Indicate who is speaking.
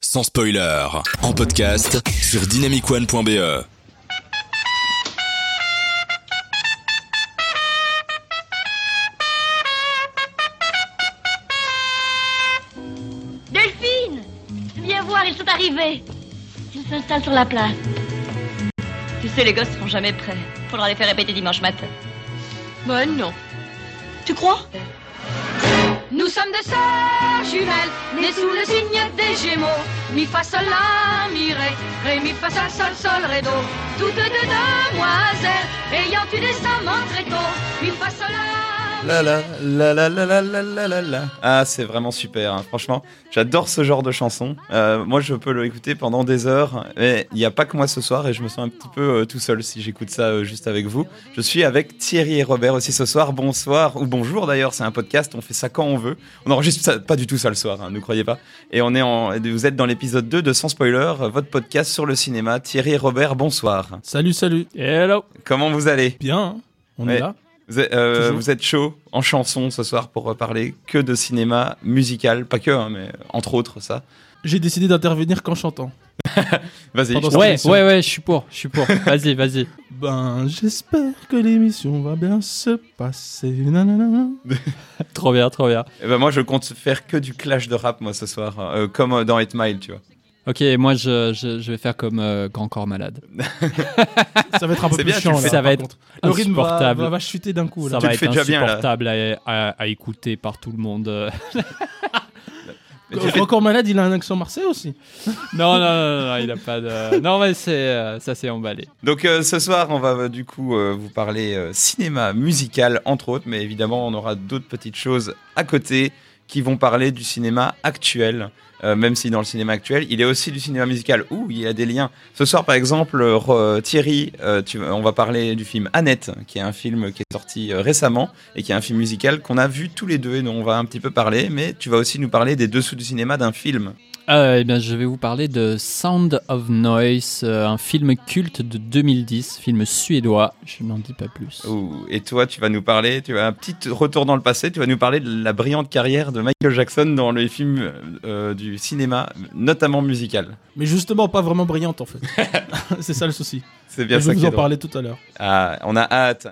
Speaker 1: sans spoiler, en podcast sur dynamicone.be.
Speaker 2: Delphine Viens voir, ils sont arrivés. Ils s'installent sur la place.
Speaker 3: Tu sais, les gosses seront jamais prêts. Faudra les faire répéter dimanche matin.
Speaker 4: Bon, non.
Speaker 3: Tu crois
Speaker 4: Nous sommes deux sœurs jumelles, nées sous le signe des Gémeaux. Mi fa sol la mi ré, ré mi fa sol sol sol ré do. Toutes deux demoiselles, ayant eu des amants très tôt. Mi fa sol la. mi,
Speaker 5: La la la la la la la la la la. Ah, c'est vraiment super. hein. Franchement, j'adore ce genre de chanson. Euh, moi, je peux l'écouter pendant des heures. Et il n'y a pas que moi ce soir et je me sens un petit peu euh, tout seul si j'écoute ça euh, juste avec vous. Je suis avec Thierry et Robert aussi ce soir. Bonsoir ou bonjour d'ailleurs. C'est un podcast. On fait ça quand on veut. On enregistre ça pas du tout ça le soir. hein, ne croyez pas. Et on est en. Vous êtes dans l'épisode 2 de Sans spoiler, euh, votre podcast sur le cinéma. Thierry et Robert, bonsoir.
Speaker 6: Salut, salut. Hello.
Speaker 5: Comment vous allez
Speaker 6: Bien, hein on
Speaker 5: Ouais.
Speaker 6: est là.
Speaker 5: Vous êtes, euh,
Speaker 6: Toujours.
Speaker 5: vous êtes chaud en chanson ce soir pour parler que de cinéma musical, pas que, hein, mais entre autres ça.
Speaker 6: J'ai décidé d'intervenir qu'en chantant.
Speaker 5: Vas-y.
Speaker 6: Pardon,
Speaker 5: je-
Speaker 6: cette
Speaker 7: Ouais,
Speaker 6: émission.
Speaker 7: ouais, ouais, je suis pour, je suis pour. Vas-y, vas-y.
Speaker 6: Ben, j'espère que l'émission va bien se passer. Nanana.
Speaker 7: Trop bien, trop bien.
Speaker 5: Eh ben, moi, je compte faire que du clash de rap moi ce soir, euh, comme euh, dans 8 Mile, tu vois.
Speaker 7: Ok, moi je, je, je vais faire comme euh, Grand Corps Malade.
Speaker 6: Ça va être un peu
Speaker 5: C'est
Speaker 6: plus
Speaker 5: bien, tu
Speaker 6: chiant,
Speaker 5: le fais.
Speaker 6: là,
Speaker 7: Ça va
Speaker 6: par
Speaker 7: être
Speaker 6: contre. Le rythme va,
Speaker 7: insupportable.
Speaker 6: va, va chuter d'un coup, là.
Speaker 7: Ça
Speaker 5: Tu
Speaker 7: va
Speaker 5: le
Speaker 7: être
Speaker 5: fais déjà bien, là.
Speaker 7: insupportable à, à- à écouter par tout le monde. euh.
Speaker 5: Mais tu fais-
Speaker 6: Encore malade, il a un accent marseillais aussi.
Speaker 7: Non, non, non, non, non, il a pas de. Non, mais c'est euh, ça s'est emballé.
Speaker 5: Donc euh, ce soir, on va euh, du coup euh, vous parler euh, cinéma musical entre autres, mais évidemment, on aura d'autres petites choses à côté qui vont parler du cinéma actuel. euh, même si dans le cinéma actuel, il est aussi du cinéma musical. Ouh, il y a des liens. Ce soir, par exemple, euh, re- Thierry, euh, tu- on va parler du film Annette, qui est un film qui est sorti euh, récemment et qui est un film musical qu'on a vu tous les deux et dont on va un petit peu parler. Mais tu vas aussi nous parler des dessous du cinéma d'un film.
Speaker 7: Euh, eh bien, je vais vous parler de Sound of Noise, euh, un film culte de 2010, film suédois. Je n'en dis pas plus.
Speaker 5: Ouh, Et toi, tu vas nous parler, tu as un petit retour dans le passé, tu vas nous parler de la brillante carrière de Michael Jackson dans les films euh, du cinéma, notamment musical.
Speaker 6: Mais justement, pas vraiment brillante, en fait. C'est ça le souci.
Speaker 5: C'est bien
Speaker 6: Je
Speaker 5: ça
Speaker 6: vais
Speaker 5: qui
Speaker 6: vous
Speaker 5: est
Speaker 6: en
Speaker 5: drôle.
Speaker 6: parler tout à l'heure.
Speaker 5: Ah, on a hâte.